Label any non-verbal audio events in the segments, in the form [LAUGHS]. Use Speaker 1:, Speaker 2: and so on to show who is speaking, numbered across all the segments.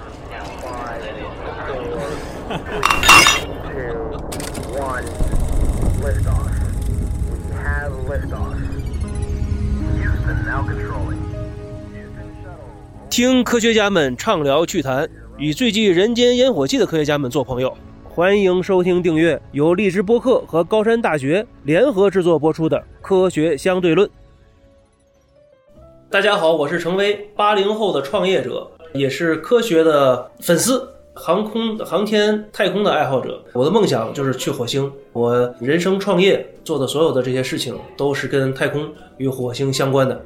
Speaker 1: five, four, three, two, one. Liftoff. We have liftoff. Houston now controlling. Houston shuttle.
Speaker 2: 听科学家们畅聊趣谈，与最具人间烟火气的科学家们做朋友。欢迎收听订阅由荔枝播客和高山大学联合制作播出的《科学相对论》。大家好，我是程威，八零后的创业者，也是科学的粉丝。航空、航天、太空的爱好者，我的梦想就是去火星。我人生创业做的所有的这些事情，都是跟太空与火星相关的。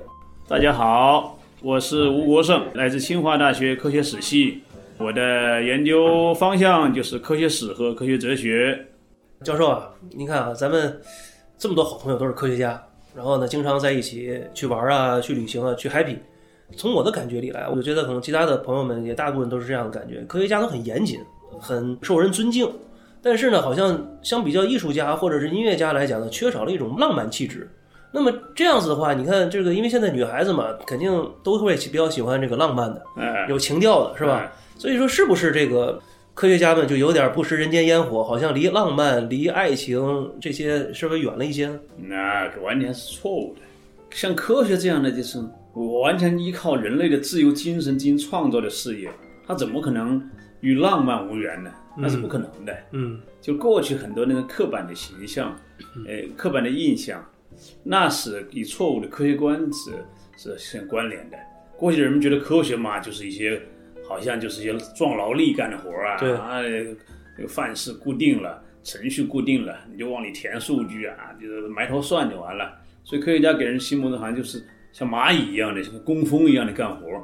Speaker 3: 大家好，我是
Speaker 2: 哎
Speaker 3: 吴国胜，来自清华大学科学史系。我的研究方向就是科学史和科学哲学。
Speaker 2: 教授啊，您看啊，咱们这么多好朋友都是科学家，然后呢，经常在一起去玩啊、去旅行啊、去 happy。从我的感觉里来，我觉得可能其他的朋友们也大部分都是这样的感觉，科学家都很严谨，很受人尊敬。但是呢，好像相比较艺术家或者是音乐家来讲呢，缺少了一种浪漫气质。那么这样子的话，你看这个，因为现在女孩子嘛，肯定都会比较喜欢这个浪漫的、
Speaker 3: 哎、
Speaker 2: 有情调的，是吧？所以说，是不是这个科学家们就有点不食人间烟火，好像离浪漫、离爱情这些稍微远了一些呢？
Speaker 3: 哎？那个完全是错误的。像科学这样的，就是完全依靠人类的自由精神进行创造的事业，它怎么可能与浪漫无缘呢？那是不可能的。
Speaker 2: 嗯
Speaker 3: 就过去很多那种刻板的形象，呃，刻板的印象，那是与错误的科学观是是相关联的。过去人们觉得科学嘛，就是一些好像就是一些壮劳力干的活儿啊，
Speaker 2: 对
Speaker 3: 啊，这个范式固定了，程序固定了，你就往里填数据啊，就是埋头算就完了。所以科学家给人心目中好像就是像蚂蚁一样的，像工蜂一样的干活儿，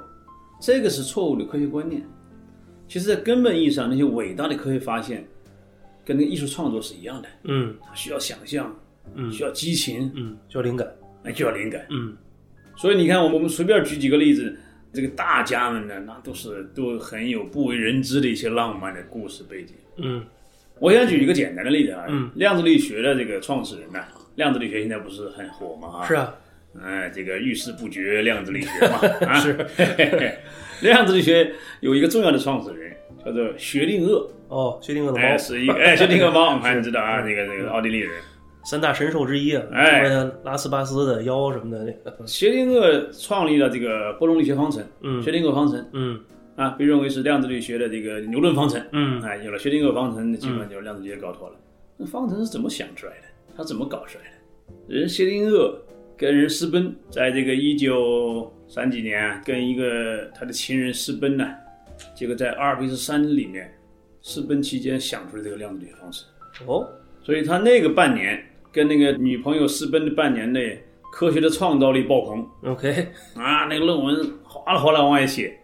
Speaker 3: 这个是错误的科学观念。其实，在根本意义上，那些伟大的科学发现，跟那个艺术创作是一样的，
Speaker 2: 嗯
Speaker 3: 它需要想象，
Speaker 2: 嗯
Speaker 3: 需要激情，
Speaker 2: 嗯，需要灵感。
Speaker 3: 那需要灵感。
Speaker 2: 嗯
Speaker 3: 所以你看，我们我们随便举几个例子，这个大家们呢，那都是都很有不为人知的一些浪漫的故事背景。
Speaker 2: 嗯
Speaker 3: 我想举一个简单的例子啊，
Speaker 2: 嗯
Speaker 3: 量子力学的这个创始人呢、量子力学现在不是很火吗？啊，
Speaker 2: 是啊，
Speaker 3: 哎，这个遇事不决，量子力学
Speaker 2: [LAUGHS]
Speaker 3: 嘛，啊，是， [LAUGHS] 量子力学有一个重要的创始人叫做薛定谔，
Speaker 2: 哦，薛定谔的
Speaker 3: 哎，
Speaker 2: 猫，
Speaker 3: 是一个
Speaker 2: [LAUGHS]
Speaker 3: 哎，薛定谔猫，我们知道啊，这个这个奥地利人，
Speaker 2: 三大神兽之一啊，
Speaker 3: 哎
Speaker 2: 什么拉斯巴斯的腰什么的那个。
Speaker 3: 薛定谔创立了这个波动力学方程，
Speaker 2: 嗯
Speaker 3: 薛定谔方程
Speaker 2: 嗯
Speaker 3: 啊，被认为是量子力学的这个牛顿方程，
Speaker 2: 嗯
Speaker 3: 哎，有了薛定谔方程，基本上就是量子力学搞妥了。那方程是怎么想出来的？他怎么搞出来的？人薛定谔跟人私奔，在这个一九三几年啊，跟一个他的情人私奔呢、结果在阿尔卑斯山里面私奔期间想出了这个量子力学方程。
Speaker 2: 哦
Speaker 3: 所以他那个半年跟那个女朋友私奔的半年内，科学的创造力爆棚
Speaker 2: ，OK，
Speaker 3: 啊！那个论文哗啦哗啦往外写，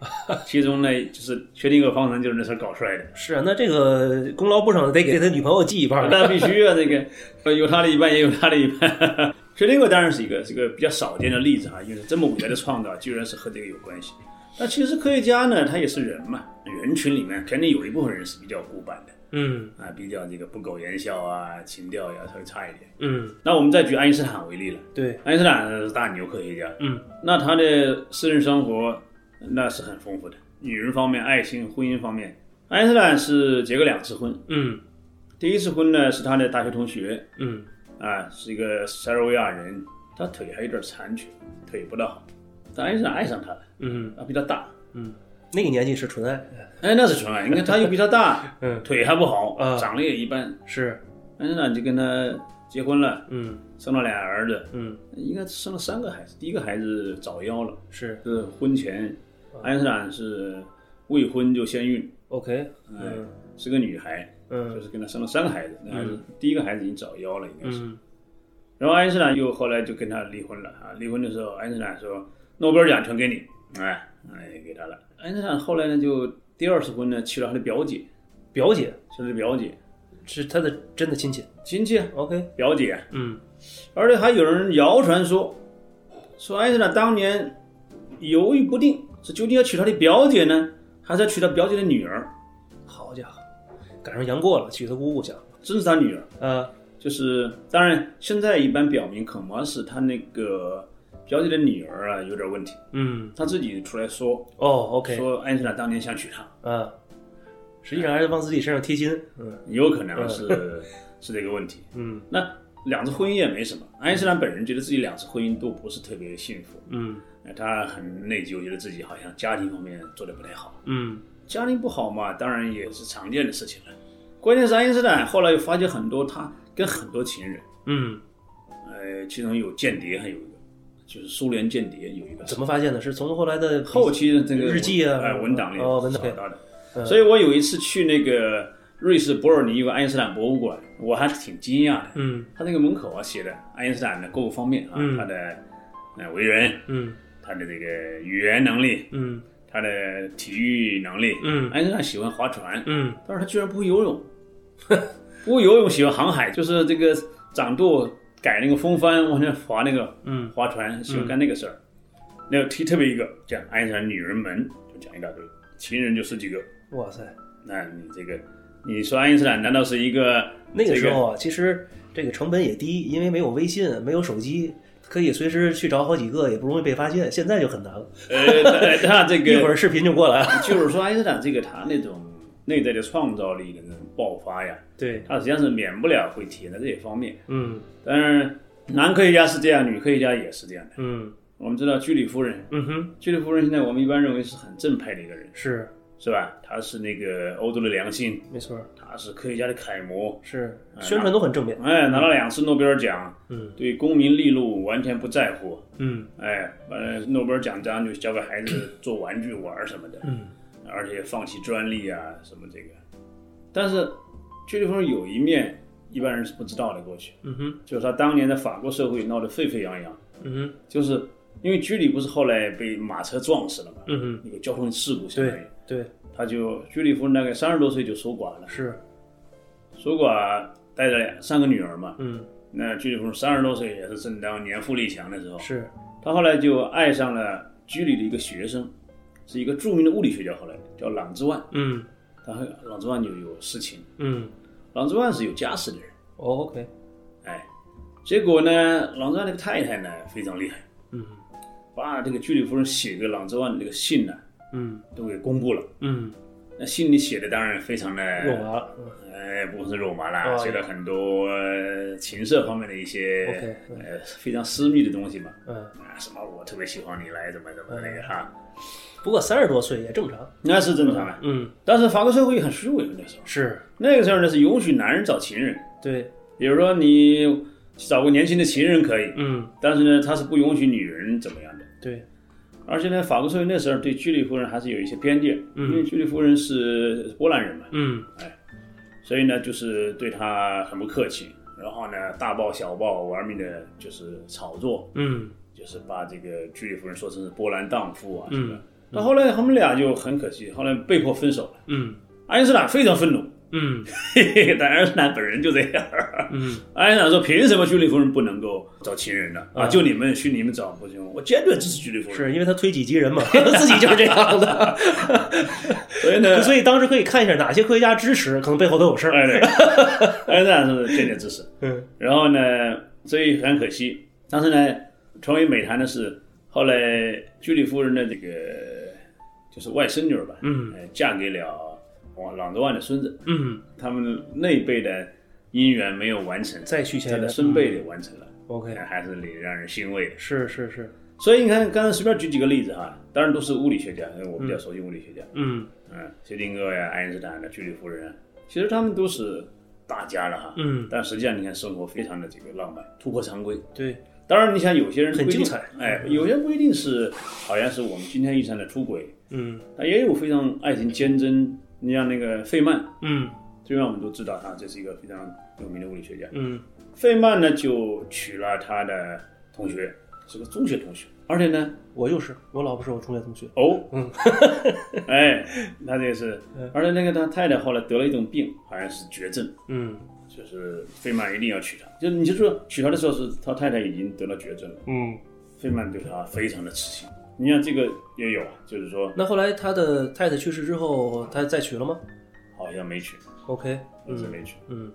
Speaker 3: 其中呢就是薛定谔方程就是那时候搞出来的。
Speaker 2: 是啊，那这个功劳簿上得给他女朋友记一半儿。
Speaker 3: 那必须啊，这个呃有他的一半，也有他的一半。 [LAUGHS] 薛定谔当然是一个这个比较少见的例子啊，因为这么伟大的创造，居然是和这个有关系。那其实科学家呢，他也是人嘛，人群里面肯定有一部分人是比较古板的
Speaker 2: 嗯
Speaker 3: 啊，比较这个不苟言笑啊，情调呀稍微差一点。
Speaker 2: 嗯，
Speaker 3: 那我们再举爱因斯坦为例了，
Speaker 2: 对，
Speaker 3: 爱因斯坦是大牛科学家，
Speaker 2: 嗯
Speaker 3: 那他的私人生活那是很丰富的，女人方面、爱情、婚姻方面，爱因斯坦是结过两次婚，
Speaker 2: 嗯
Speaker 3: 第一次婚呢是他的大学同学，
Speaker 2: 嗯
Speaker 3: 啊，是一个塞尔维亚人，他腿还有点残缺，腿不大好，但爱因斯坦爱上他了，
Speaker 2: 嗯
Speaker 3: 啊，比他大，
Speaker 2: 嗯，那个年纪是纯爱。，
Speaker 3: 哎，那是纯爱，你看他又比他大
Speaker 2: [LAUGHS] 嗯，
Speaker 3: 腿还不好
Speaker 2: 啊，
Speaker 3: 长得也一般，
Speaker 2: 是，
Speaker 3: 爱因斯坦就跟他结婚了，
Speaker 2: 嗯
Speaker 3: 生了俩儿子，
Speaker 2: 嗯
Speaker 3: 应该生了三个孩子，第一个孩子早夭了，
Speaker 2: 是
Speaker 3: 是婚前，爱因斯坦是未婚就先孕，
Speaker 2: ，OK，
Speaker 3: 哎
Speaker 2: 嗯。
Speaker 3: 是个女孩，就
Speaker 2: 嗯
Speaker 3: 是跟他生了三个孩子，那孩子第一个孩子已经早夭了，应该是。
Speaker 2: 嗯
Speaker 3: 然后爱因斯坦又后来就跟他离婚了啊。离婚的时候，爱因斯坦说诺贝尔奖全给你，哎哎给他了。爱因斯坦后来呢，就第二次婚呢，娶了他的表姐，
Speaker 2: 表姐
Speaker 3: 是他的表姐
Speaker 2: 是他的真的亲戚。
Speaker 3: 亲戚啊，
Speaker 2: OK，
Speaker 3: 表姐啊。
Speaker 2: 嗯
Speaker 3: 而且还有人谣传说，说爱因斯坦当年犹豫不定，是究竟要娶他的表姐呢，还是要娶他表姐的女儿？
Speaker 2: 好家伙，赶上杨过了，娶他姑姑去了。
Speaker 3: 真是他女儿。
Speaker 2: 呃，
Speaker 3: 就是当然，现在一般表明可能是他那个比表姐的女儿啊有点问题，
Speaker 2: 嗯，
Speaker 3: 她自己出来说
Speaker 2: 哦，OK，
Speaker 3: 说爱因斯坦当年想娶她，
Speaker 2: 嗯，实际上还是往自己身上贴金，嗯
Speaker 3: 有可能是是这个问题。
Speaker 2: 嗯
Speaker 3: 那两次婚姻也没什么，爱因斯坦本人觉得自己两次婚姻都不是特别幸福，
Speaker 2: 嗯
Speaker 3: 呃他很内疚，觉得自己好像家庭方面做的不太好。
Speaker 2: 嗯
Speaker 3: 家庭不好嘛，当然也是常见的事情了。关键是爱因斯坦后来又发现很多他跟很多情人，
Speaker 2: 嗯，
Speaker 3: 呃，其中有间谍，还有一个就是苏联间谍有一个。
Speaker 2: 怎么发现的？是从后来的
Speaker 3: 后期的这个
Speaker 2: 日记啊
Speaker 3: 哎，文档里
Speaker 2: 哦文档
Speaker 3: 找到的。
Speaker 2: 嗯
Speaker 3: 所以我有一次去那个瑞士伯尔尼有个爱因斯坦博物馆，我还挺惊讶的。
Speaker 2: 嗯
Speaker 3: 他那个门口啊写的爱因斯坦的各个方面啊，
Speaker 2: 嗯
Speaker 3: 他的呃为人，
Speaker 2: 嗯
Speaker 3: 他的这个语言能力，
Speaker 2: 嗯
Speaker 3: 他的体育能力。
Speaker 2: 嗯
Speaker 3: 爱因斯坦喜欢划船，
Speaker 2: 嗯
Speaker 3: 但是他居然不会游
Speaker 2: [LAUGHS]
Speaker 3: 泳，不会游泳喜欢航海，就是这个掌舵改那个风帆，往那划那个
Speaker 2: 嗯
Speaker 3: 划船，喜欢干那个事儿。那提特别一个讲爱因斯坦女人门，就讲一大堆，情人就十几个。
Speaker 2: 嗯，哇塞！
Speaker 3: 那你这个，你说爱因斯坦难道是一个
Speaker 2: 那个
Speaker 3: 这
Speaker 2: 时候啊，其实这个成本也低，因为没有微信，没有手机，可以随时去找好几个，也不容易被发现。现在就很难了，
Speaker 3: 呃，那那这
Speaker 2: [LAUGHS]
Speaker 3: 个
Speaker 2: 一会儿视频就过来了。
Speaker 3: 就是说，爱因斯坦这个他那种内在的创造力的那种爆发呀，
Speaker 2: 对，
Speaker 3: 他实际上是免不了会体现在这些方面。
Speaker 2: 嗯
Speaker 3: 当然，男科学家是这样，女科学家也是这样的。
Speaker 2: 嗯
Speaker 3: 我们知道居里夫人，
Speaker 2: 嗯哼，
Speaker 3: 居里夫人现在我们一般认为是很正派的一个人，
Speaker 2: 是
Speaker 3: 是吧？她是那个欧洲的良心，
Speaker 2: 没错，
Speaker 3: 她是科学家的楷模，
Speaker 2: 是宣传都很正面。
Speaker 3: 哎，拿了两次诺贝尔奖，
Speaker 2: 嗯
Speaker 3: 对功名利禄完全不在乎，
Speaker 2: 嗯
Speaker 3: 哎，把诺贝尔奖章就交给孩子做玩具玩儿什么的，
Speaker 2: 嗯
Speaker 3: 而且放弃专利啊什么这个。但是居里夫人有一面一般人是不知道的，过去
Speaker 2: 嗯哼
Speaker 3: 就是她当年在法国社会闹得沸沸扬扬，
Speaker 2: 嗯哼
Speaker 3: 就是因为居里不是后来被马车撞死了嘛，
Speaker 2: 嗯哼，
Speaker 3: 那个交通事故相当于
Speaker 2: 对，对
Speaker 3: 他就居里夫人大概三十多岁就守寡了，
Speaker 2: 是，
Speaker 3: 守寡带着两三个女儿嘛。
Speaker 2: 嗯
Speaker 3: 那居里夫人三十多岁也是正当年富力强的时候，
Speaker 2: 是，
Speaker 3: 她后来就爱上了居里的一个学生，是一个著名的物理学家，后来叫朗之万。
Speaker 2: 嗯
Speaker 3: 他和朗之万就有私情，
Speaker 2: 嗯
Speaker 3: 朗之万是有家室的人，
Speaker 2: 哦 OK，
Speaker 3: 哎，结果呢，朗之万那个太太呢非常厉害，
Speaker 2: 嗯
Speaker 3: 把这个居里夫人写给朗之万的这个信呢
Speaker 2: 嗯
Speaker 3: 都给公布了。
Speaker 2: 嗯，
Speaker 3: 那信里写的当然非常的
Speaker 2: 用完了。嗯
Speaker 3: 呃，不是肉麻啦，
Speaker 2: 哦
Speaker 3: 写了很多呃情色方面的一些
Speaker 2: OK，嗯
Speaker 3: 呃非常私密的东西嘛，
Speaker 2: 嗯，
Speaker 3: 啊，什么我特别喜欢你来怎么怎么那个哈，
Speaker 2: 不过三十多岁也正常。
Speaker 3: 嗯那是正常的。
Speaker 2: 嗯，
Speaker 3: 但是法国社会很虚伪的那时候，
Speaker 2: 是
Speaker 3: 那个时候呢是允许男人找情人，
Speaker 2: 对，
Speaker 3: 比如说你找个年轻的情人可以，
Speaker 2: 嗯
Speaker 3: 但是呢他是不允许女人怎么样的。
Speaker 2: 对，
Speaker 3: 而且呢，法国社会那时候对居里夫人还是有一些偏见，
Speaker 2: 嗯
Speaker 3: 因为居里夫人是波兰人嘛，
Speaker 2: 嗯
Speaker 3: 所以呢，就是对他很不客气，然后呢，大报小报玩命的就是炒作，
Speaker 2: 嗯
Speaker 3: 就是把这个居里夫人说成是波兰荡妇啊什么的
Speaker 2: 嗯。
Speaker 3: 那、后来他们俩就很可惜，后来被迫分手了。
Speaker 2: 嗯
Speaker 3: 爱因斯坦非常愤怒，
Speaker 2: 嗯
Speaker 3: 嘿嘿，但爱因斯坦本人就这样。
Speaker 2: 嗯。
Speaker 3: [LAUGHS] 爱因斯坦说：“凭什么居里夫人不能够找情人呢？啊，
Speaker 2: 嗯
Speaker 3: 就你们去你们找不行，我坚决支持居里夫人。”
Speaker 2: 是因为他推己及人嘛， [LAUGHS] 自己就是这样 [LAUGHS] 的，
Speaker 3: 所以呢，
Speaker 2: 所以当时可以看一下哪些科学家支持，可能背后都有事儿。
Speaker 3: 哎对，爱因斯坦是坚决支持。
Speaker 2: 嗯
Speaker 3: 然后呢，所以很可惜。但是呢，成为美谈的是后来居里夫人的这个就是外孙女儿吧，
Speaker 2: 嗯
Speaker 3: 呃，嫁给了王朗德万的孙子，
Speaker 2: 嗯，
Speaker 3: 他们那一辈的姻缘没有完成，
Speaker 2: 再续前
Speaker 3: 他的
Speaker 2: 缘。
Speaker 3: 孙辈也完成了，哎
Speaker 2: OK，
Speaker 3: 还是得让人欣慰的。
Speaker 2: 是是是，
Speaker 3: 所以你看，刚才随便举几个例子哈，当然都是物理学家，因为我比较熟悉物理学家，
Speaker 2: 嗯
Speaker 3: 嗯，薛定谔呀、爱因斯坦的、居里夫人啊，其实他们都是大家了哈，
Speaker 2: 嗯，
Speaker 3: 但实际上你看生活非常的这个浪漫，突破常规。
Speaker 2: 对，
Speaker 3: 当然，你想有些人
Speaker 2: 很
Speaker 3: 不一定
Speaker 2: 精彩嗯
Speaker 3: 哎，有些人不一定是好像是我们今天意义上的出轨，
Speaker 2: 嗯
Speaker 3: 他也有非常爱情坚贞。你像那个费曼，
Speaker 2: 嗯
Speaker 3: 费曼我们都知道他这是一个非常有名的物理学家。
Speaker 2: 嗯
Speaker 3: 费曼呢就娶了他的同学，是个中学同学，而且呢，
Speaker 2: 我就是我老婆是我中学同学。
Speaker 3: 哦，
Speaker 2: 嗯，
Speaker 3: [LAUGHS] 哎，他这是
Speaker 2: 嗯，
Speaker 3: 而且那个他太太后来得了一种病，好像是绝症，
Speaker 2: 嗯
Speaker 3: 就是费曼一定要娶她。就你就说娶她的时候是他太太已经得了绝症了。
Speaker 2: 嗯，
Speaker 3: 费曼对他非常的痴情。你看这个也有，啊，就是说
Speaker 2: 那后来他的太太去世之后，他再娶了吗
Speaker 3: 好像没娶，
Speaker 2: ？OK，
Speaker 3: 一直
Speaker 2: 嗯
Speaker 3: 没娶，
Speaker 2: 嗯，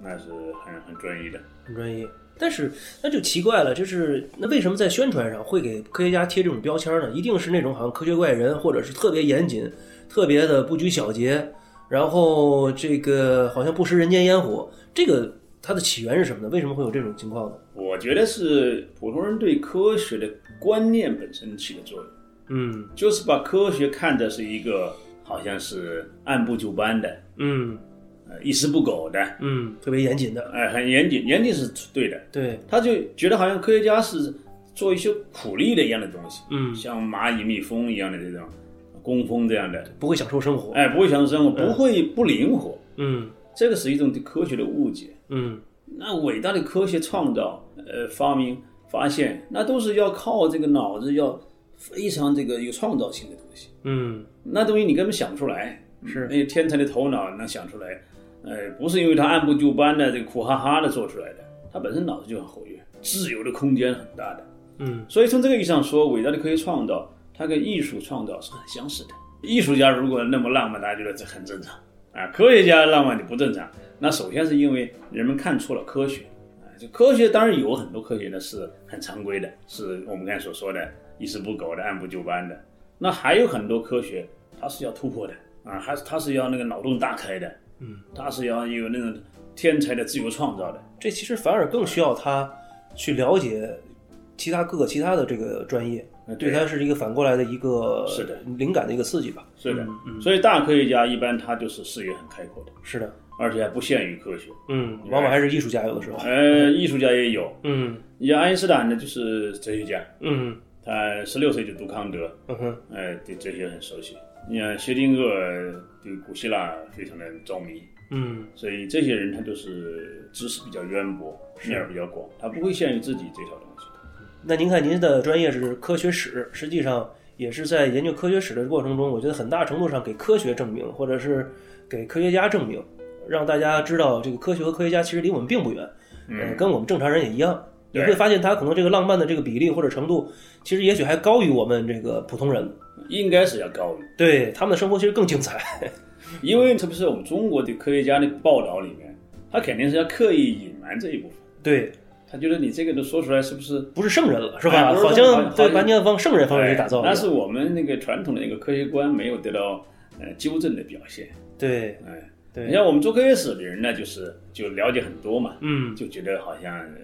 Speaker 3: 那是很很专一的。
Speaker 2: 很专一。但是那就奇怪了，就是那为什么在宣传上会给科学家贴这种标签呢？一定是那种好像科学怪人，或者是特别严谨、特别的不拘小节，然后这个好像不食人间烟火。这个它的起源是什么呢？为什么会有这种情况呢？
Speaker 3: 我觉得是普通人对科学的观念本身起的作用，
Speaker 2: 嗯
Speaker 3: 就是把科学看的是一个好像是按部就班的，
Speaker 2: 嗯
Speaker 3: 呃，一丝不苟的，
Speaker 2: 嗯，特别严谨的，
Speaker 3: 哎、很严谨，严谨是对的。
Speaker 2: 对，
Speaker 3: 他就觉得好像科学家是做一些苦力的一样的东西，
Speaker 2: 嗯，
Speaker 3: 像蚂蚁、蜜蜂一样的这种呃工蜂这样的，
Speaker 2: 不会享受生活，
Speaker 3: 哎，不会享受生活，不会不灵活，
Speaker 2: 嗯
Speaker 3: 这个是一种对科学的误解。
Speaker 2: 嗯
Speaker 3: 那伟大的科学创造、呃发明、发现，那都是要靠这个脑子，要非常这个有创造性的东西。
Speaker 2: 嗯
Speaker 3: 那东西你根本想不出来，
Speaker 2: 是
Speaker 3: 那些天才的头脑能想出来，呃，不是因为他按部就班的这个苦哈哈的做出来的，他本身脑子就很活跃，自由的空间很大的。
Speaker 2: 嗯
Speaker 3: 所以从这个意义上说，伟大的科学创造，它跟艺术创造是很相似的。艺术家如果那么浪漫，大家觉得这很正常啊。科学家浪漫就不正常。那首先是因为人们看错了科学啊。这科学当然有很多科学呢是很常规的，是我们刚才所说的一丝不苟的、按部就班的。那还有很多科学，它是要突破的啊，还是它是要那个脑洞大开的，
Speaker 2: 嗯，
Speaker 3: 它是要有那种天才的自由创造的。
Speaker 2: 这其实反而更需要他去了解其他各个其他的这个专业，
Speaker 3: 呃
Speaker 2: 对他是一个反过来的一个
Speaker 3: 是的
Speaker 2: 灵感的一个刺激吧。
Speaker 3: 是的
Speaker 2: 嗯，
Speaker 3: 所以大科学家一般他就是视野很开阔的。
Speaker 2: 是的，
Speaker 3: 而且还不限于科学，
Speaker 2: 嗯，往往还是艺术家有的时候，
Speaker 3: 呃，艺术家也有。
Speaker 2: 嗯
Speaker 3: 你像爱因斯坦呢，就是哲学家，
Speaker 2: 嗯
Speaker 3: 他十六岁就读康德，
Speaker 2: 嗯哼
Speaker 3: 呃，对哲学很熟悉。你看薛定谔对古希腊非常的着迷，
Speaker 2: 嗯
Speaker 3: 所以这些人他就是知识比较渊博，面儿比较广，他不会限于自己这条东西。
Speaker 2: 那您看，您的专业是科学史，实际上也是在研究科学史的过程中，我觉得很大程度上给科学证明，或者是给科学家证明，让大家知道这个科学和科学家其实离我们并不远，呃，跟我们正常人也一样。你
Speaker 3: 嗯对
Speaker 2: 会发现，他可能这个浪漫的这个比例或者程度，其实也许还高于我们这个普通人。
Speaker 3: 应该是要高于，
Speaker 2: 对他们的生活其实更精彩。
Speaker 3: 因为特别是我们中国对科学家的报道里面，他肯定是要刻意隐瞒这一部分。
Speaker 2: 对，
Speaker 3: 他觉得你这个都说出来是不是
Speaker 2: 不是圣人了，是
Speaker 3: 哎
Speaker 2: 吧？
Speaker 3: 不是
Speaker 2: 好
Speaker 3: 圣人好
Speaker 2: 像
Speaker 3: 像
Speaker 2: 对，把你要往圣人方面去打造。
Speaker 3: 那是我们那个传统的那个科学观没有得到呃纠正的表现。
Speaker 2: 对
Speaker 3: 哎，
Speaker 2: 对，
Speaker 3: 你像我们做科学史的人呢，就是就了解很多嘛，
Speaker 2: 嗯
Speaker 3: 就觉得好像、呃、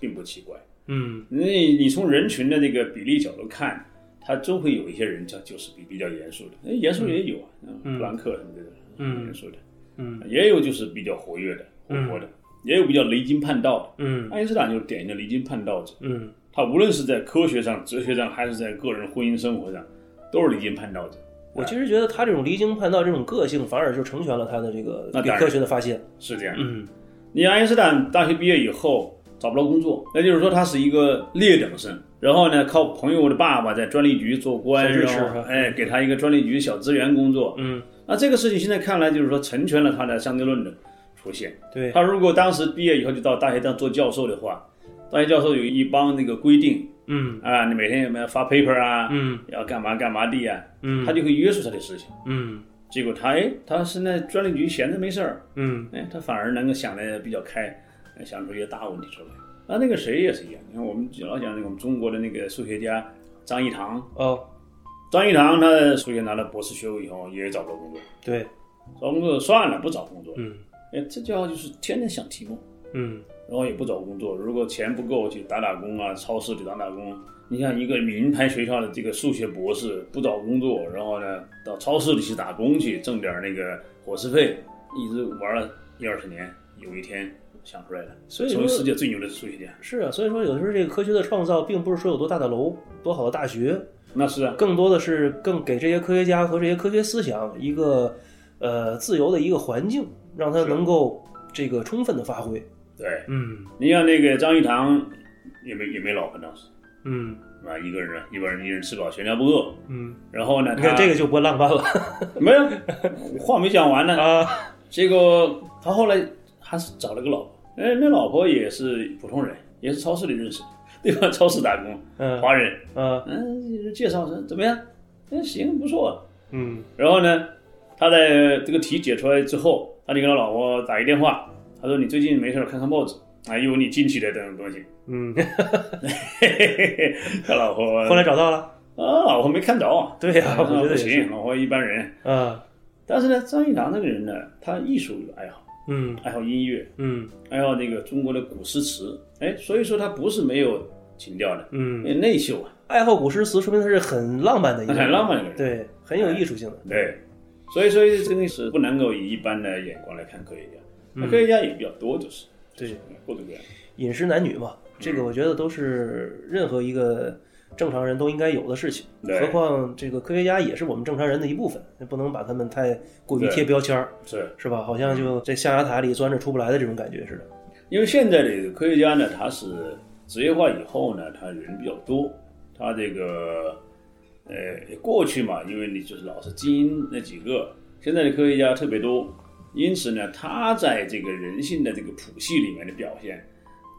Speaker 3: 并不奇怪。
Speaker 2: 嗯
Speaker 3: 你你从人群的这个比例角度看，他终会有一些人他就是比比较严肃的，哎严肃的也有啊，
Speaker 2: 嗯
Speaker 3: 布兰克什么的，
Speaker 2: 嗯
Speaker 3: 严肃的，
Speaker 2: 嗯
Speaker 3: 也有就是比较活跃的、活泼的，也有比较离经叛道
Speaker 2: 嗯
Speaker 3: 的。爱因斯坦就是典型的离经叛道者。
Speaker 2: 嗯
Speaker 3: 他无论是在科学上、哲学上，还是在个人婚姻生活上，都是离经叛道者。
Speaker 2: 我其实觉得他这种离经叛道这种个性，反而就成全了他的这个
Speaker 3: 那当
Speaker 2: 对
Speaker 3: 然
Speaker 2: 科学的发现。
Speaker 3: 是这样。
Speaker 2: 啊嗯
Speaker 3: 你爱因斯坦大学毕业以后找不着工作，那就是说他是一个劣等生。然后呢，靠朋友的爸爸在专利局做官，
Speaker 2: 小知识
Speaker 3: 然后
Speaker 2: 啊
Speaker 3: 哎给他一个专利局小职员工作。
Speaker 2: 嗯，
Speaker 3: 那这个事情现在看来就是说成全了他的相对论的出现。
Speaker 2: 对，
Speaker 3: 他如果当时毕业以后就到大学当做教授的话，大学教授有一帮那个规定
Speaker 2: 嗯
Speaker 3: 啊，你每天有没有发 paper 啊，
Speaker 2: 嗯
Speaker 3: 要干嘛干嘛地啊，
Speaker 2: 嗯
Speaker 3: 他就会约束他的事情。
Speaker 2: 嗯
Speaker 3: 结果他哎，他现在专利局闲着没事儿，
Speaker 2: 嗯
Speaker 3: 哎，他反而能够想的比较开，呃想出一些大问题出来。那那个谁也是一样，你看我们老讲那个我们中国的那个数学家张益唐，
Speaker 2: 哦，
Speaker 3: 张益唐他数学拿了博士学位以后也找不到工作，
Speaker 2: 对，
Speaker 3: 找工作算了，不找工作。
Speaker 2: 嗯
Speaker 3: 哎，这家伙就是天天想题目，
Speaker 2: 嗯
Speaker 3: 然后也不找工作，如果钱不够去打打工啊，超市里打打工。你像一个名牌学校的这个数学博士，不找工作，然后呢到超市里去打工去，挣点那个伙食费，一直玩了一二十年，有一天想出来了，
Speaker 2: 所以
Speaker 3: 成
Speaker 2: 说
Speaker 3: 为世界最牛的数学家。
Speaker 2: 是啊，所以说有的时候这个科学的创造，并不是说有多大的楼、多好的大学，
Speaker 3: 那是啊，
Speaker 2: 更多的是更给这些科学家和这些科学思想一个呃自由的一个环境，让他
Speaker 3: 是
Speaker 2: 能够这个充分的发挥。
Speaker 3: 对。
Speaker 2: 啊嗯
Speaker 3: 你像那个张玉堂，也没也没老婆当时，
Speaker 2: 嗯
Speaker 3: 啊，一个人一个人一人吃饱全家不饿。
Speaker 2: 嗯，
Speaker 3: 然后呢，
Speaker 2: 你
Speaker 3: 他
Speaker 2: 看这个就不浪漫了
Speaker 3: 没有，话没讲完呢。
Speaker 2: 啊。
Speaker 3: 结果他后来还是找了个老婆，哎，那老婆也是普通人，也是超市里认识的，对吧？超市打工，
Speaker 2: [LAUGHS] 嗯
Speaker 3: 华人，
Speaker 2: 啊
Speaker 3: 嗯，介绍说怎么样？嗯，行，不错。
Speaker 2: 嗯
Speaker 3: 然后呢，他在这个题解出来之后，他就跟他老婆打一电话，他说：“你最近没事儿看看报纸。”还有你进去的这种东西。
Speaker 2: 嗯，
Speaker 3: 嘿嘿嘿，他老婆
Speaker 2: [LAUGHS] 后来找到了，
Speaker 3: 啊， [LAUGHS] 老婆没
Speaker 2: [LAUGHS]
Speaker 3: 看着，
Speaker 2: 对呀、
Speaker 3: 啊
Speaker 2: 我觉得
Speaker 3: 不
Speaker 2: 也是
Speaker 3: 行，老婆一般人。
Speaker 2: 啊，
Speaker 3: 但是呢，张学良这个人呢，他艺术有爱好，
Speaker 2: 嗯
Speaker 3: 爱好音乐，
Speaker 2: 嗯
Speaker 3: 爱好那个中国的古诗词，哎，所以说他不是没有情调的，
Speaker 2: 嗯，
Speaker 3: 也内秀啊，
Speaker 2: 爱好古诗词，说明他是很浪漫的一个人，
Speaker 3: 很浪漫的哎人。
Speaker 2: 对，很有艺术性的，
Speaker 3: 对，所以说这个是不能够以一般的眼光来看科学家，那科学家也比较多，就是
Speaker 2: 对，
Speaker 3: 各种各样的。
Speaker 2: 饮食男女嘛，这
Speaker 3: 嗯
Speaker 2: 个我觉得都是任何一个正常人都应该有的事情。
Speaker 3: 对
Speaker 2: 何况这个科学家也是我们正常人的一部分，不能把他们太过于
Speaker 3: 对嗯
Speaker 2: 贴标签儿，
Speaker 3: 是
Speaker 2: 是吧？好像就在象牙塔里钻着出不来的这种感觉似的。
Speaker 3: 因为现在的科学家呢，他是职业化以后呢，他人比较多，他这个呃过去嘛，因为你就是老是精英那几个，现在的科学家特别多，因此呢，他在这个人性的这个谱系里面的表现，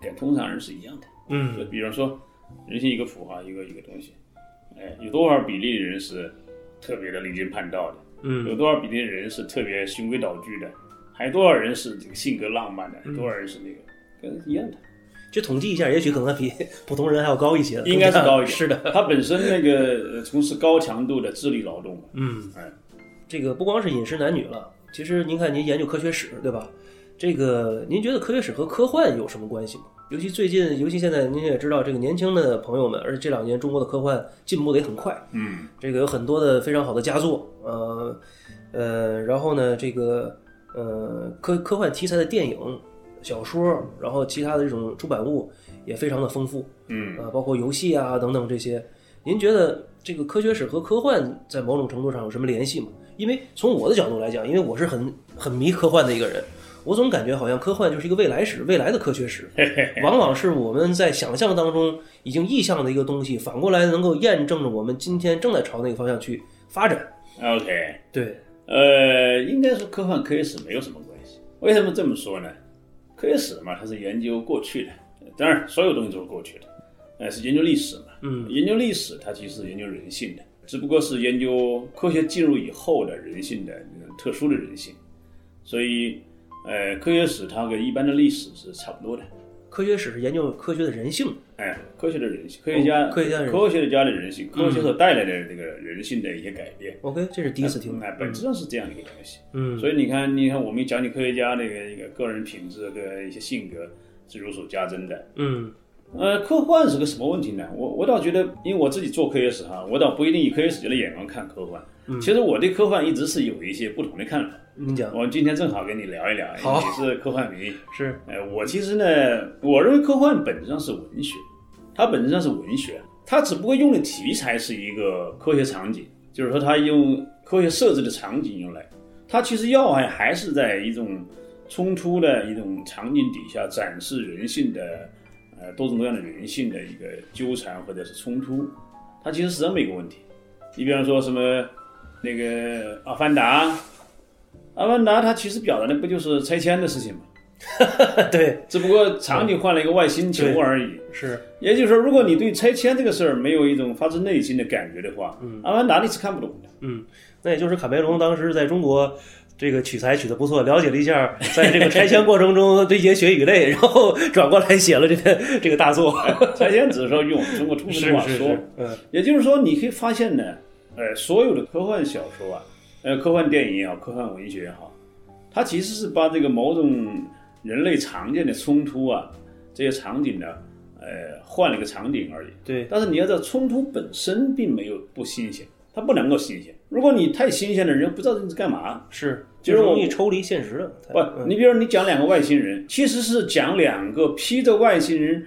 Speaker 3: 跟通常人是一样的。就
Speaker 2: 嗯
Speaker 3: 比方说，人性一个符号，一个一个东西，哎，有多少比例人是特别的离经叛道的？有
Speaker 2: 嗯
Speaker 3: 多少比例人是特别循规蹈矩的？还有多少人是这个性格浪漫的？有多少人是那个跟一样的？
Speaker 2: 去统计一下，也许可能还比 [LAUGHS] 普通人还要高一些，
Speaker 3: 应该是高一点。
Speaker 2: 是的，
Speaker 3: 他本身那个呃从事高强度的智力劳动嘛，
Speaker 2: 嗯
Speaker 3: 哎，
Speaker 2: 这个不光是饮食男女了，其实您看您研究科学史对吧？这个您觉得科学史和科幻有什么关系吗？尤其最近，尤其现在您也知道，这个年轻的朋友们，而且这两年中国的科幻进步的也很快，
Speaker 3: 嗯，
Speaker 2: 这个有很多的非常好的佳作，呃呃，然后呢，这个呃科科幻题材的电影、小说，然后其他的这种出版物也非常的丰富，
Speaker 3: 嗯，
Speaker 2: 呃，包括游戏啊等等这些。您觉得这个科学史和科幻在某种程度上有什么联系吗？因为从我的角度来讲，因为我是很很迷科幻的一个人，我总感觉好像科幻就是一个未来史、未来的科学史，往往是我们在想象当中已经意向的一个东西，反过来能够验证着我们今天正在朝那个方向去发展。
Speaker 3: OK，
Speaker 2: 对，
Speaker 3: 呃，应该说科幻科学史没有什么关系。为什么这么说呢？科学史嘛，它是研究过去的，当然所有东西都是过去的，呃，是研究历史嘛。
Speaker 2: 嗯，
Speaker 3: 研究历史，它其实是研究人性的，只不过是研究科学进入以后的人性的那种特殊的人性。所以，呃，科学史它跟一般的历史是差不多的。
Speaker 2: 科学史是研究科学的人性的。
Speaker 3: 哎，科学的人性，科学家，
Speaker 2: 科学家人
Speaker 3: 科学家的人性，科学所带来的这个人性的一些改变。
Speaker 2: OK，这是第一次听。
Speaker 3: 哎，本质上是这样一个东西。
Speaker 2: 嗯，
Speaker 3: 所以你看，你看，我们讲你科学家那个一个个人品质和一些性格是如数家珍的。
Speaker 2: 嗯
Speaker 3: 呃，科幻是个什么问题呢？我我倒觉得，因为我自己做科学史哈，我倒不一定以科学史的眼光看科幻。其实我对科幻一直是有一些不同的看法。
Speaker 2: 您讲
Speaker 3: 我今天正好跟你聊一聊，
Speaker 2: 好
Speaker 3: 你是科幻迷。
Speaker 2: 是
Speaker 3: 呃，我其实呢，我认为科幻本质上是文学，它本质上是文学，它只不过用的题材是一个科学场景，就是说它用科学设置的场景用来，它其实要害还是在一种冲突的一种场景底下展示人性的，呃，多种多样的人性的一个纠缠或者是冲突，它其实是这么一个问题。你比方说什么那个《阿凡达》，《阿凡达》它其实表达的不就是拆迁的事情吗？
Speaker 2: [LAUGHS] 对
Speaker 3: 只不过场景换了一个外星球而已。
Speaker 2: 是
Speaker 3: 也就是说，如果你对拆迁这个事儿没有一种发自内心的感觉的话，阿凡达》你是看不懂的。
Speaker 2: 嗯，那也就是卡梅隆当时在中国这个取材取得不错，了解了一下在这个拆迁过程中对一些血与泪，然后 [LAUGHS] 转过来写了这个这个大作。
Speaker 3: 拆迁 [LAUGHS] 只是说用 [LAUGHS] 中国通俗的话说，，
Speaker 2: 嗯
Speaker 3: 也就是说，你可以发现呢，呃，所有的科幻小说啊，呃，科幻电影也好，科幻文学也好，它其实是把这个某种人类常见的冲突啊，这些场景呢，呃，换了一个场景而已。
Speaker 2: 对，
Speaker 3: 但是你要知道，冲突本身并没有不新鲜，它不能够新鲜。如果你太新鲜了，人家不知道你是干嘛。
Speaker 2: 是
Speaker 3: 就
Speaker 2: 就是容
Speaker 3: 我
Speaker 2: 易抽离现实了。
Speaker 3: 不，
Speaker 2: 嗯
Speaker 3: 你比如说你讲两个外星人，其实是讲两个披着外星人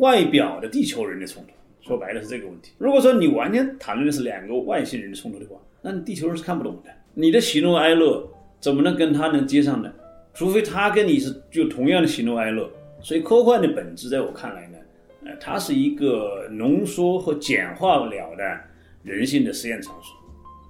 Speaker 3: 外表的地球人的冲突。说白了是这个问题。如果说你完全谈论的是两个外星人的冲突的话，那你地球人是看不懂的。你的喜怒哀乐怎么能跟他能接上呢？除非他跟你是就同样的喜怒哀乐。所以科幻的本质，在我看来呢，呃，它是一个浓缩和简化不了的人性的实验场所。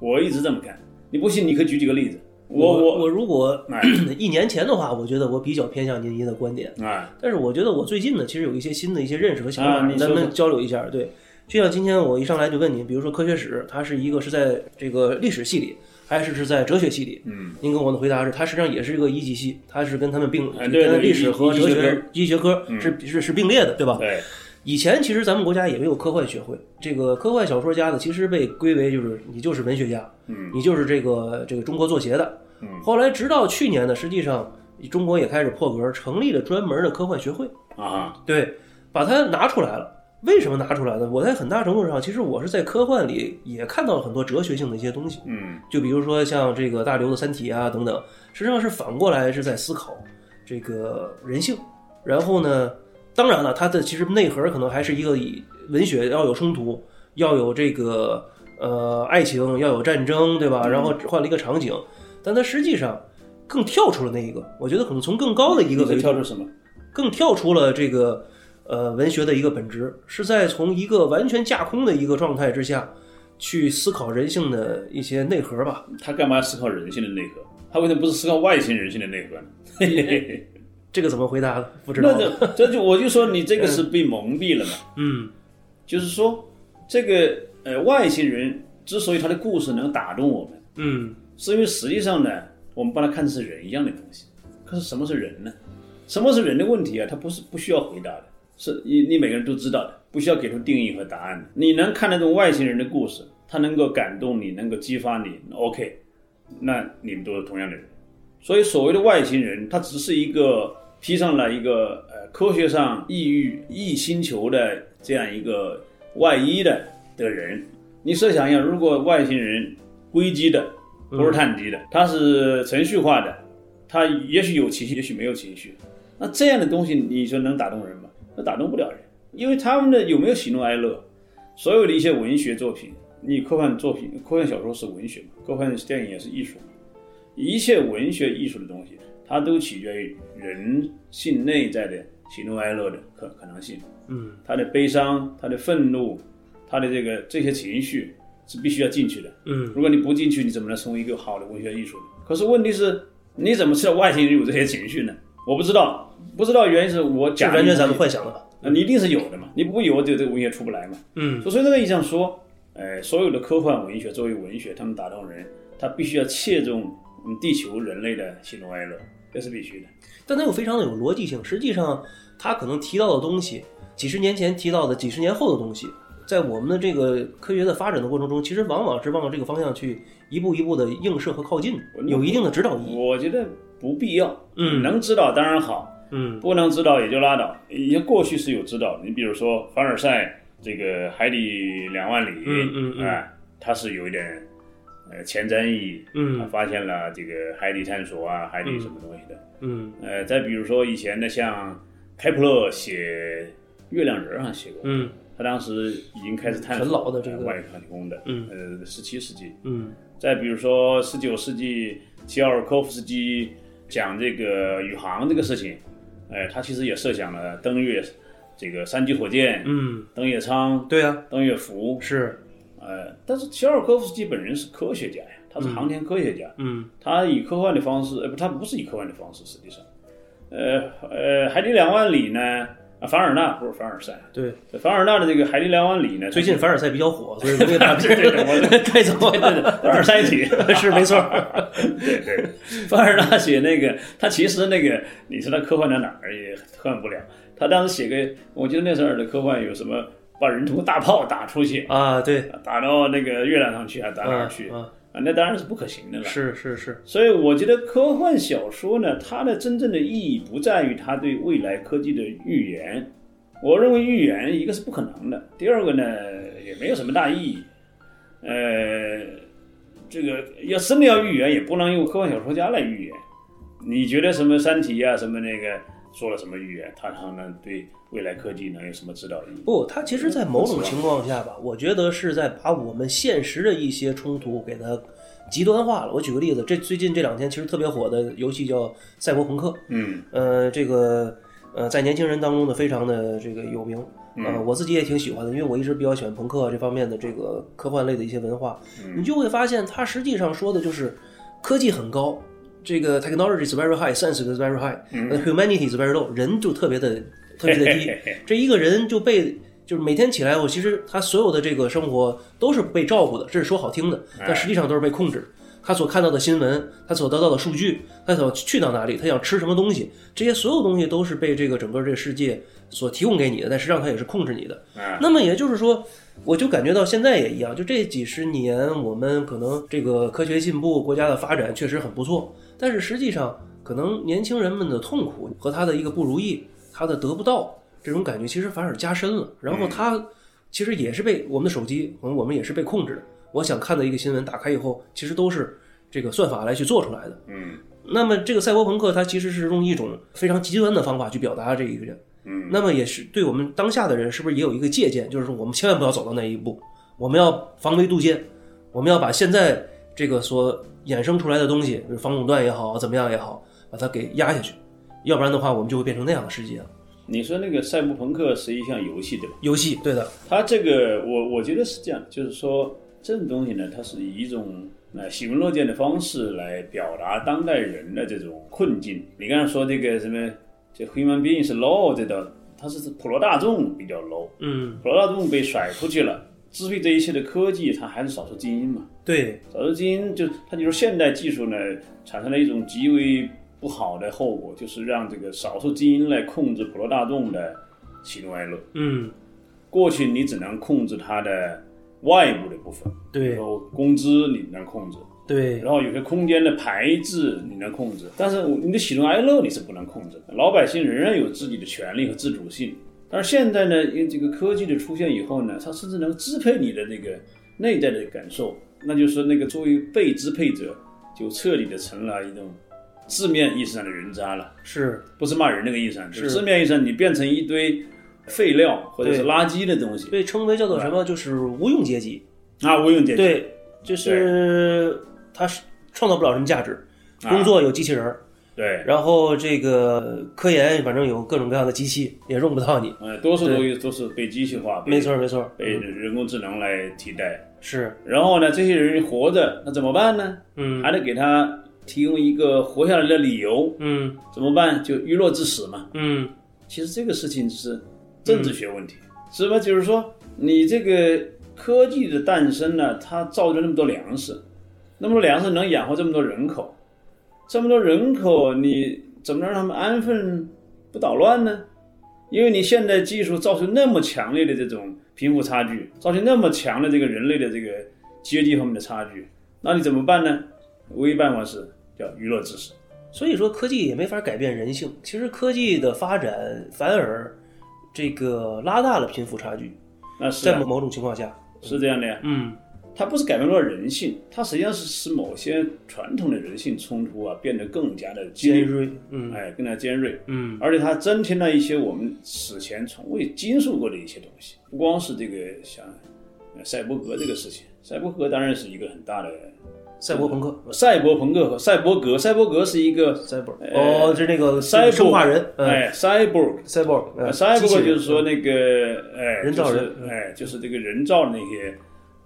Speaker 3: 我一直这么看。你不信，你可以举几个例子。
Speaker 2: 我
Speaker 3: 我
Speaker 2: 我如果
Speaker 3: 哎
Speaker 2: [CLEARS THROAT] 一年前的话，我觉得我比较偏向您您的观点。
Speaker 3: 我啊。
Speaker 2: 但是我觉得我最近呢，其实有一些新的一些认识和想
Speaker 3: 啊
Speaker 2: 法，
Speaker 3: 你说
Speaker 2: 咱
Speaker 3: 说
Speaker 2: 们交流一下。对，就像今天我一上来就问你，比如说科学史，它是一个是在这个历史系里，还是是在哲学系里。
Speaker 3: 嗯，
Speaker 2: 您跟我的回答是，它实际上也是一个一级系，它是跟他们并，
Speaker 3: 哎对
Speaker 2: 跟
Speaker 3: 对
Speaker 2: 历史和
Speaker 3: 一
Speaker 2: 哲
Speaker 3: 一级学
Speaker 2: 学
Speaker 3: 科、嗯
Speaker 2: 医学科是是是并列的，对吧？
Speaker 3: 对，
Speaker 2: 以前其实咱们国家也没有科幻学会，这个科幻小说家呢，其实被归为就是你就是文学家，
Speaker 3: 嗯，
Speaker 2: 你就是这个这个中国作协的。
Speaker 3: 嗯
Speaker 2: 后来直到去年呢，实际上中国也开始破格成立了专门的科幻学会，
Speaker 3: 啊，
Speaker 2: 对，把它拿出来了。为什么拿出来呢？我在很大程度上，其实我是在科幻里也看到了很多哲学性的一些东西。
Speaker 3: 嗯
Speaker 2: 就比如说像这个大刘的《三体》啊等等，实际上是反过来是在思考这个人性。然后呢，当然了，它的其实内核可能还是一个以文学要有冲突，要有这个呃爱情，要有战争，对吧？然后
Speaker 3: 嗯
Speaker 2: 只换了一个场景，但它实际上更跳出了那一个。我觉得可能从更高的一个
Speaker 3: 嗯你在
Speaker 2: 维度
Speaker 3: 跳，出什么？
Speaker 2: 更跳出了这个呃文学的一个本质，是在从一个完全架空的一个状态之下。去思考人性的一些内核吧，
Speaker 3: 他干嘛要思考人性的内核？他为什么不是思考外星人性的内核呢？嘿嘿嘿
Speaker 2: 这个怎么回答呢？不知道
Speaker 3: 那。这这就我就说你这个是被蒙蔽了嘛，
Speaker 2: 嗯
Speaker 3: 就是说这个呃外星人之所以他的故事能打动我们，
Speaker 2: 嗯
Speaker 3: 是因为实际上呢，我们把它看成是人一样的东西。可是什么是人呢？什么是人的问题啊？它不是不需要回答的，是你你每个人都知道的，不需要给出定义和答案的。你能看那种外星人的故事，它能够感动你，能够激发你，OK，那你们都是同样的人。所以所谓的外星人，它只是一个披上了一个呃科学上异域异星球的这样一个外衣的的人。你设想一下，如果外星人硅基的，不是碳基的，它是程序化的，它也许有情绪，也许没有情绪。那这样的东西，你说能打动人吗？那打动不了人，因为他们的有没有喜怒哀乐，所有的一些文学作品，你科幻作品、科幻小说是文学嘛，科幻电影也是艺术嘛，一切文学艺术的东西，它都取决于人性内在的喜怒哀乐的可可能性。
Speaker 2: 嗯
Speaker 3: 他的悲伤、他的愤怒、他的这个这些情绪是必须要进去的。
Speaker 2: 嗯
Speaker 3: 如果你不进去，你怎么能成为一个好的文学艺术呢？可是问题是，你怎么知道外星人有这些情绪呢？我不知道，不知道原因是我
Speaker 2: 这
Speaker 3: 假
Speaker 2: 完全咱
Speaker 3: 咱
Speaker 2: 们
Speaker 3: 们
Speaker 2: 幻想的吧？
Speaker 3: 那你一定是有的嘛，你不有，这这个文学出不来嘛。
Speaker 2: 嗯
Speaker 3: 所以这个意义上说，呃，所有的科幻文学作为文学，他们打动人，他必须要切中我们地球人类的喜怒哀乐，这是必须的。
Speaker 2: 但它又非常的有逻辑性。实际上，它可能提到的东西，几十年前提到的，几十年后的东西，在我们的这个科学的发展的过程中，其实往往是往这个方向去一步一步的映射和靠近的，有一定的指导意义。
Speaker 3: 我觉得不必要，
Speaker 2: 嗯
Speaker 3: 能知道当然好，
Speaker 2: 嗯
Speaker 3: 不能知道也就拉倒。以前过去是有知道的，你比如说凡尔赛这个海底两万里，
Speaker 2: 嗯嗯嗯
Speaker 3: 啊，它是有一点呃前瞻意义，啊
Speaker 2: 嗯
Speaker 3: 发现了这个海底探索啊，海底什么东西的。
Speaker 2: 嗯
Speaker 3: 呃，再比如说以前的像开普勒写月亮人儿上写过，
Speaker 2: 嗯
Speaker 3: 他当时已经开始探索
Speaker 2: 很老的这个
Speaker 3: 呃外太空的，
Speaker 2: 嗯
Speaker 3: 呃，十七世纪。
Speaker 2: 嗯
Speaker 3: 再比如说十九世纪齐奥尔科夫斯基讲这个宇航这个事情，哎、他其实也设想了登月这个三级火箭、
Speaker 2: 嗯，
Speaker 3: 登月舱、
Speaker 2: 对啊，
Speaker 3: 登月服，
Speaker 2: 是，
Speaker 3: 呃，但是齐奥尔科夫斯基本人是科学家呀，他是航天科学家，
Speaker 2: 嗯
Speaker 3: 他以科幻的方式，呃，不，他不是以科幻的方式，实际上，呃呃，海底两万里呢，啊，凡尔纳不是凡尔赛，啊
Speaker 2: 对。
Speaker 3: 凡尔纳的这个海底两万里呢，
Speaker 2: 最近凡尔赛比较火，所以我给大
Speaker 3: 对对对我
Speaker 2: 带走了。
Speaker 3: 呃凡尔赛
Speaker 2: [LAUGHS]
Speaker 3: 体
Speaker 2: 是没错儿，
Speaker 3: 对 [LAUGHS] 对，凡尔纳写那个，他其实那个，你说他科幻到哪儿也科幻不了。他当时写个，我记得那时候的科幻有什么，把人从大炮打出去，
Speaker 2: 啊，对，
Speaker 3: 打到那个月亮上去啊，打哪儿
Speaker 2: 嗯
Speaker 3: 去啊？
Speaker 2: 嗯，
Speaker 3: 那当然是不可行的了。
Speaker 2: 是是是，
Speaker 3: 所以我觉得科幻小说呢，它的真正的意义不在于它对未来科技的预言。我认为预言一个是不可能的，第二个呢也没有什么大意义。呃，这个要真的要预言，也不能用科幻小说家来预言。你觉得什么《三体》啊，什么那个说了什么预言，它它能对未来科技能有什么指导意义？
Speaker 2: 不，他其实，在某种情况下吧，我觉得是在把我们现实的一些冲突给它极端化了。我举个例子，这最近这两天其实特别火的游戏叫《赛博朋克》，
Speaker 3: 嗯
Speaker 2: 呃，这个呃，在年轻人当中呢，非常的这个有名。呃，我自己也挺喜欢的，因为我一直比较喜欢朋克这方面的这个科幻类的一些文化。你就会发现，它实际上说的就是科技很高，这个 technology is very high, science is very high，、humanity 呃 is very low，人就特别的特别的低。这一个人就被就是每天起来，我其实他所有的这个生活都是被照顾的，这是说好听的，但实际上都是被控制。他所看到的新闻，他所得到的数据，他想去到哪里，他想吃什么东西，这些所有东西都是被这个整个这个世界所提供给你的，但实际上它也是控制你的。
Speaker 3: 哎，
Speaker 2: 那么也就是说，我就感觉到现在也一样，就这几十年，我们可能这个科学进步、国家的发展确实很不错，但是实际上，可能年轻人们的痛苦和他的一个不如意，他的得不到这种感觉，其实反而加深了。然后他其实也是被我们的手机，可能我们也是被控制的。我想看的一个新闻，打开以后，其实都是这个算法来去做出来的。
Speaker 3: 嗯
Speaker 2: 那么这个赛博朋克，它其实是用一种非常极端的方法去表达这一个人。
Speaker 3: 嗯，
Speaker 2: 那么也是对我们当下的人，是不是也有一个借鉴？就是说，我们千万不要走到那一步，我们要防微杜渐，我们要把现在这个所衍生出来的东西，比如防垄断也好，怎么样也好，把它给压下去，要不然的话，我们就会变成那样的世界了。
Speaker 3: 你说那个赛博朋克是一项游戏对吧？
Speaker 2: 游戏，对的，
Speaker 3: 它这个我我觉得是这样，就是说这种东西呢，它是以一种呃喜闻乐见的方式来表达当代人的这种困境。你刚才说这个什么，这 human being 是 low 这个，它是普罗大众比较 low，
Speaker 2: 嗯，
Speaker 3: 普罗大众被甩出去了，支配这一切的科技，它还是少数精英嘛。
Speaker 2: 对，
Speaker 3: 少数精英就它就是现代技术呢，产生了一种极为不好的后果，就是让这个少数精英来控制普罗大众的喜怒哀乐。
Speaker 2: 嗯，
Speaker 3: 过去你只能控制它的外部的部分，
Speaker 2: 对
Speaker 3: 然，后工资你能控制，
Speaker 2: 对，
Speaker 3: 然后有些空间的排制你能控制，但是你的喜怒哀乐你是不能控制的。老百姓仍然有自己的权利和自主性，但是现在呢，因为这个科技的出现以后呢，它甚至能支配你的那个内在的感受，那就是那个作为被支配者，就彻底的成了一种字面意义上的人渣了。
Speaker 2: 是，
Speaker 3: 不是骂人那个意思啊，就是字面意义上你变成一堆废料或者是
Speaker 2: 对
Speaker 3: 垃圾的东西，
Speaker 2: 被称为叫做什么？就是无用阶级，
Speaker 3: 啊，无用阶级，
Speaker 2: 对，就是它是创造不了什么价值，
Speaker 3: 啊
Speaker 2: 工作有机器人儿。
Speaker 3: 对，
Speaker 2: 然后这个科研，反正有各种各样的机器，也用不到你。
Speaker 3: 呃，多数都都是被机械化，被
Speaker 2: 没，错，没错，
Speaker 3: 被人工智能来替代。
Speaker 2: 是，
Speaker 3: 然后呢，这些人活着，那怎么办呢？
Speaker 2: 嗯
Speaker 3: 还得给他提供一个活下来的理由，
Speaker 2: 嗯
Speaker 3: 怎么办？就娱乐至死嘛。
Speaker 2: 嗯，
Speaker 3: 其实这个事情是政治学问题，是吧？就是说，你这个科技的诞生呢，它造就那么多粮食，那么多粮食能养活这么多人口，这么多人口，你怎么能让他们安分不捣乱呢？因为你现代技术造成那么强烈的这种贫富差距，造成那么强的这个人类的这个阶级方面的差距，那你怎么办呢？唯一办法是叫娱乐至死。
Speaker 2: 所以说科技也没法改变人性。其实科技的发展反而这个拉大了贫富差距，
Speaker 3: 那是啊
Speaker 2: 在某某种情况下，
Speaker 3: 是这样的呀。
Speaker 2: 嗯，
Speaker 3: 它不是改变了人性，它实际上是使某些传统的人性冲突啊变得更加的激
Speaker 2: 尖
Speaker 3: 烈，
Speaker 2: 锐，嗯
Speaker 3: 哎，更加尖锐，
Speaker 2: 嗯，
Speaker 3: 而且它增添了一些我们此前从未经受过的一些东西，不光是这个像呃赛博格这个事情，赛博格当然是一个很大的
Speaker 2: 赛博朋克，
Speaker 3: 赛博朋克和赛博格，赛博格是一个
Speaker 2: 赛博，
Speaker 3: 呃
Speaker 2: 哦，就是那个
Speaker 3: 赛
Speaker 2: 生化人，嗯，
Speaker 3: 哎，cyborg，
Speaker 2: 赛博，
Speaker 3: 呃
Speaker 2: 呃
Speaker 3: ，cyborg
Speaker 2: 机器人
Speaker 3: 就是说那个，哎，
Speaker 2: 人造人嗯
Speaker 3: 就是哎，就是这个人造的那些，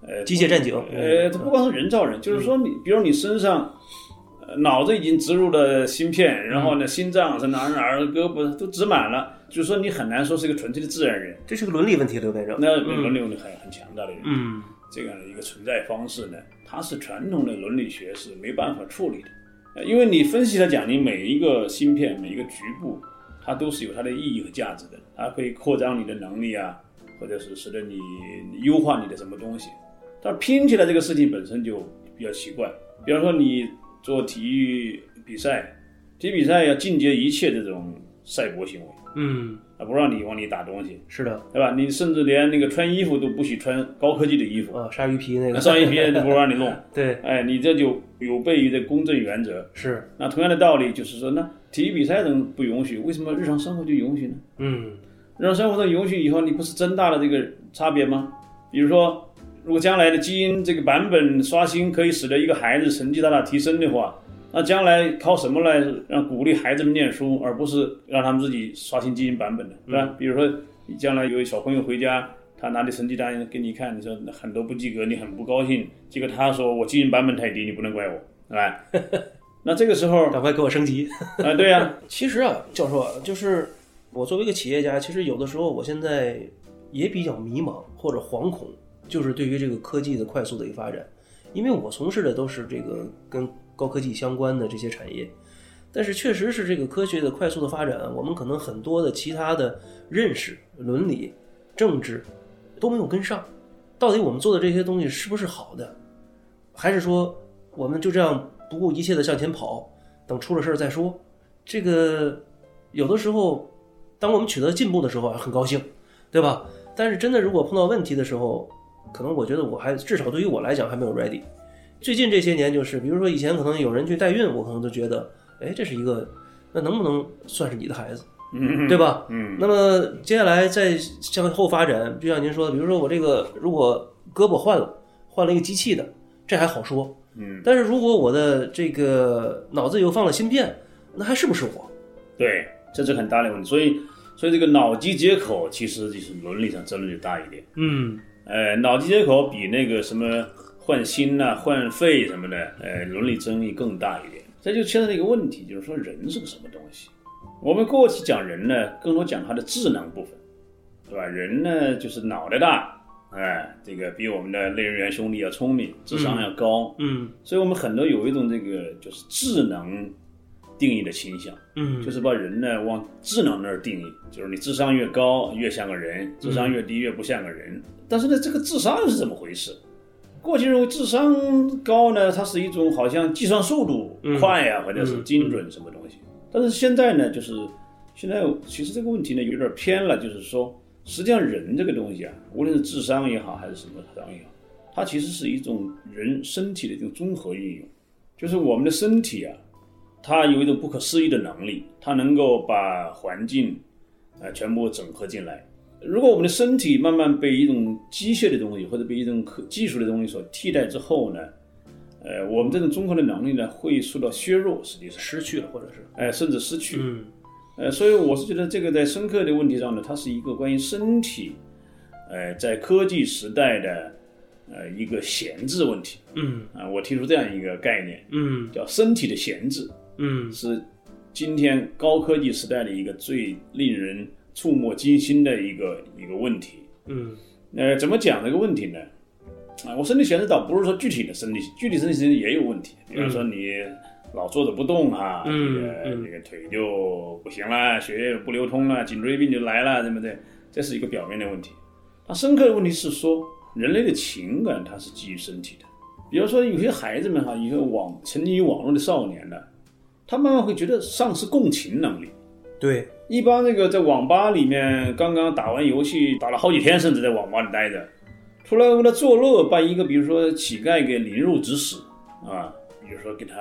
Speaker 3: 呃，
Speaker 2: 机械战警
Speaker 3: 呃，它不光是人造人，就是说你，比如你身上，呃脑子已经植入了芯片，然后呢，心脏是哪儿哪儿，胳膊都植满了，就是说你很难说是一个纯粹的自然人，
Speaker 2: 这是个伦理问题，刘变成，
Speaker 3: 那伦理很很强大的人，
Speaker 2: 嗯，
Speaker 3: 这样的一个存在方式呢，它是传统的伦理学是没办法处理的，呃因为你分析来讲，你每一个芯片、每一个局部，它都是有它的意义和价值的，它可以扩张你的能力啊，或者是使得你你优化你的什么东西。但是拼起来这个事情本身就比较奇怪，比方说你做体育比赛，体育比赛要禁绝一切这种赛博行为，
Speaker 2: 嗯，
Speaker 3: 啊，不让你往里打东西，
Speaker 2: 是的，
Speaker 3: 对吧？你甚至连那个穿衣服都不许穿高科技的衣服。
Speaker 2: 啊，鲨鱼皮
Speaker 3: [LAUGHS]
Speaker 2: 那个，
Speaker 3: 上一批人就不让你弄，
Speaker 2: [LAUGHS] 对，
Speaker 3: 哎，你这就有悖于这公正原则。
Speaker 2: 是，
Speaker 3: 那同样的道理就是说，那体育比赛中不允许，为什么日常生活就允许呢？
Speaker 2: 嗯，
Speaker 3: 日常生活中允许以后，你不是增大了这个差别吗？比如说，如果将来的基因这个版本刷新可以使得一个孩子成绩大大提升的话，那将来靠什么来让鼓励孩子们念书，而不是让他们自己刷新基因版本呢？
Speaker 2: 嗯
Speaker 3: 对吧？比如说，你将来有一小朋友回家，他拿着成绩单给你看，你说很多不及格，你很不高兴，结果他说我基因版本太低，你不能怪我，
Speaker 2: [LAUGHS]
Speaker 3: 对吧？那这个时候，啊、哎
Speaker 2: 赶快给我升级。
Speaker 3: 对呀、
Speaker 2: [LAUGHS] 其实啊，教授啊，就是我作为一个企业家，其实有的时候我现在也比较迷茫或者惶恐，就是对于这个科技的快速的一个发展，因为我从事的都是这个跟高科技相关的这些产业。但是确实是这个科学的快速的发展啊，我们可能很多的其他的认识、伦理、政治都没有跟上。到底我们做的这些东西是不是好的，还是说我们就这样不顾一切的向前跑，等出了事儿再说？这个有的时候，当我们取得进步的时候啊，很高兴，对吧？但是真的如果碰到问题的时候，可能我觉得我还至少对于我来讲还没有 ready。最近这些年就是，比如说以前可能有人去代孕，我可能就觉得。哎，这是一个，那能不能算是你的孩子，
Speaker 3: 嗯，
Speaker 2: 对吧？
Speaker 3: 嗯，
Speaker 2: 那么接下来再向后发展，就像您说的，比如说我这个如果胳膊换了，换了一个机器的，这还好说。
Speaker 3: 嗯，
Speaker 2: 但是如果我的这个脑子里又放了芯片，那还是不是我？
Speaker 3: 对，这是很大的问题。所以，所以这个脑机接口其实就是伦理上争论就大一点。
Speaker 2: 嗯，
Speaker 3: 呃，脑机接口比那个什么换心呐、换肺什么的，呃，伦理争议更大一点。这就牵扯到一个问题，就是说人是个什么东西？我们过去讲人呢，更多讲他的智能部分，对吧？人呢，就是脑袋大，哎、这个比我们的类人猿兄弟要聪明，智商要高，
Speaker 2: 嗯
Speaker 3: 所以我们很多有一种这个就是智能定义的倾向。
Speaker 2: 嗯，
Speaker 3: 就是是把人呢往智能那儿定义，就是你智商越高越像个人，智商越低越不像个人。但是呢，这个智商又是怎么回事？过去认为智商高呢，它是一种好像计算速度快呀、或者是精准什么东西。但是现在呢，就是现在其实这个问题呢有点偏了，就是说，实际上人这个东西啊，无论是智商也好还是什么商也好，它其实是一种人身体的一种综合运用，就是我们的身体啊，它有一种不可思议的能力，它能够把环境，呃，全部整合进来。如果我们的身体慢慢被一种机械的东西或者被一种科技术的东西所替代之后呢，呃，我们这种综合的能力呢会受到削弱，实际上，
Speaker 2: 失去了，或者是
Speaker 3: 哎、甚至失去。
Speaker 2: 嗯
Speaker 3: 呃，所以我是觉得这个在深刻的问题上呢，它是一个关于身体，呃，在科技时代的呃一个闲置问题
Speaker 2: 嗯
Speaker 3: 啊、我提出这样一个概念，
Speaker 2: 嗯
Speaker 3: 叫身体的闲置，
Speaker 2: 嗯
Speaker 3: 是今天高科技时代的一个最令人触目惊心的一个一个问题。
Speaker 2: 嗯
Speaker 3: 呃，怎么讲这个问题呢？啊，我身体闲置倒不是说具体的身体，具体身体闲置也有问题，比方说你老坐着不动啊，
Speaker 2: 嗯
Speaker 3: 这个
Speaker 2: 嗯
Speaker 3: 这个腿就不行了，血液不流通了，颈椎病就来了，对不对？这是一个表面的问题。那深刻的问题是说，人类的情感它是基于身体的。比方说，有些孩子们哈，有些网沉迷于网络的少年呢，他慢慢会觉得丧失共情能力。
Speaker 2: 对，
Speaker 3: 一般那个在网吧里面刚刚打完游戏，打了好几天，甚至在网吧里待着，突然为了作乐，把一个比如说乞丐给凌辱致死啊，比如说给他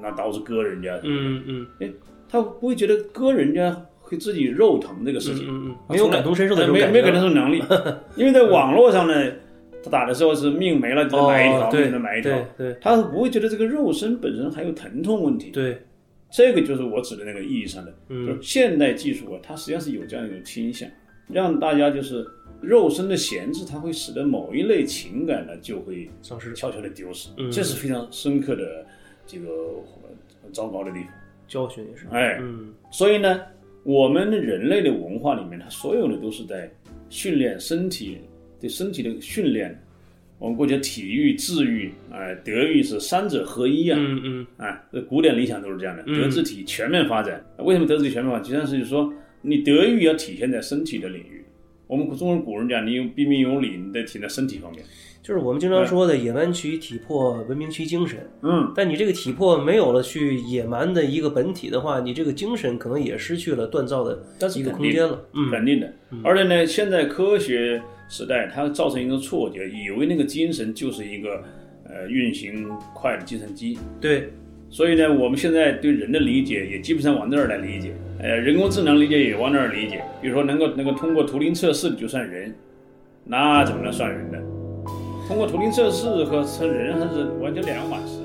Speaker 3: 拿刀子割人家，
Speaker 2: 嗯嗯
Speaker 3: 他不会觉得割人家会自己肉疼这个事
Speaker 2: 嗯
Speaker 3: 情，
Speaker 2: 嗯，没有感同身受的
Speaker 3: 哎
Speaker 2: 这种
Speaker 3: 没有
Speaker 2: 感
Speaker 3: 没
Speaker 2: 觉，
Speaker 3: 有感同身受 [LAUGHS] 能力，因为在网络上呢，他打的时候是命没了就买一条，
Speaker 2: 哦，对
Speaker 3: 命再买一条，
Speaker 2: 对
Speaker 3: 他不会觉得这个肉身本身还有疼痛问题，
Speaker 2: 对
Speaker 3: 这个就是我指的那个意义上的。就
Speaker 2: 嗯
Speaker 3: 是现代技术啊，它实际上是有这样一种倾向，让大家就是肉身的闲置，它会使得某一类情感呢就会
Speaker 2: 丧失
Speaker 3: 悄悄的丢失，
Speaker 2: 嗯
Speaker 3: 这是非常深刻的这个呃糟糕的地方。
Speaker 2: 教训也是，
Speaker 3: 哎，
Speaker 2: 嗯
Speaker 3: 所以呢，我们人类的文化里面，它所有的都是在训练身体对身体的训练。我们过去体育、智育、啊、德育是三者合一啊。
Speaker 2: 嗯嗯
Speaker 3: 啊，这古典理想都是这样的，
Speaker 2: 嗯
Speaker 3: 德智体全面发展。为什么德智体全面发展？实际上是就是说，你德育要体现在身体的领域。我们中国古人讲，你有彬彬有礼，你得体现在身体方面。
Speaker 2: 就是我们经常说的“野蛮其体魄，文明其精神
Speaker 3: 嗯”，，
Speaker 2: 但你这个体魄没有了去野蛮的一个本体的话，你这个精神可能也失去了锻造的
Speaker 3: 但是
Speaker 2: 一个
Speaker 3: 肯
Speaker 2: 空
Speaker 3: 定
Speaker 2: 间了。嗯
Speaker 3: 肯定的。而且呢，现在科学时代，它造成一种错觉，以为那个精神就是一个呃运行快的计算机。
Speaker 2: 对，
Speaker 3: 所以呢，我们现在对人的理解也基本上往这儿来理解，呃，人工智能理解也往那儿理解。比如说，能够能够通过图灵测试就算人，那怎么能算人呢？通过图灵测试和和人还是完全两码事。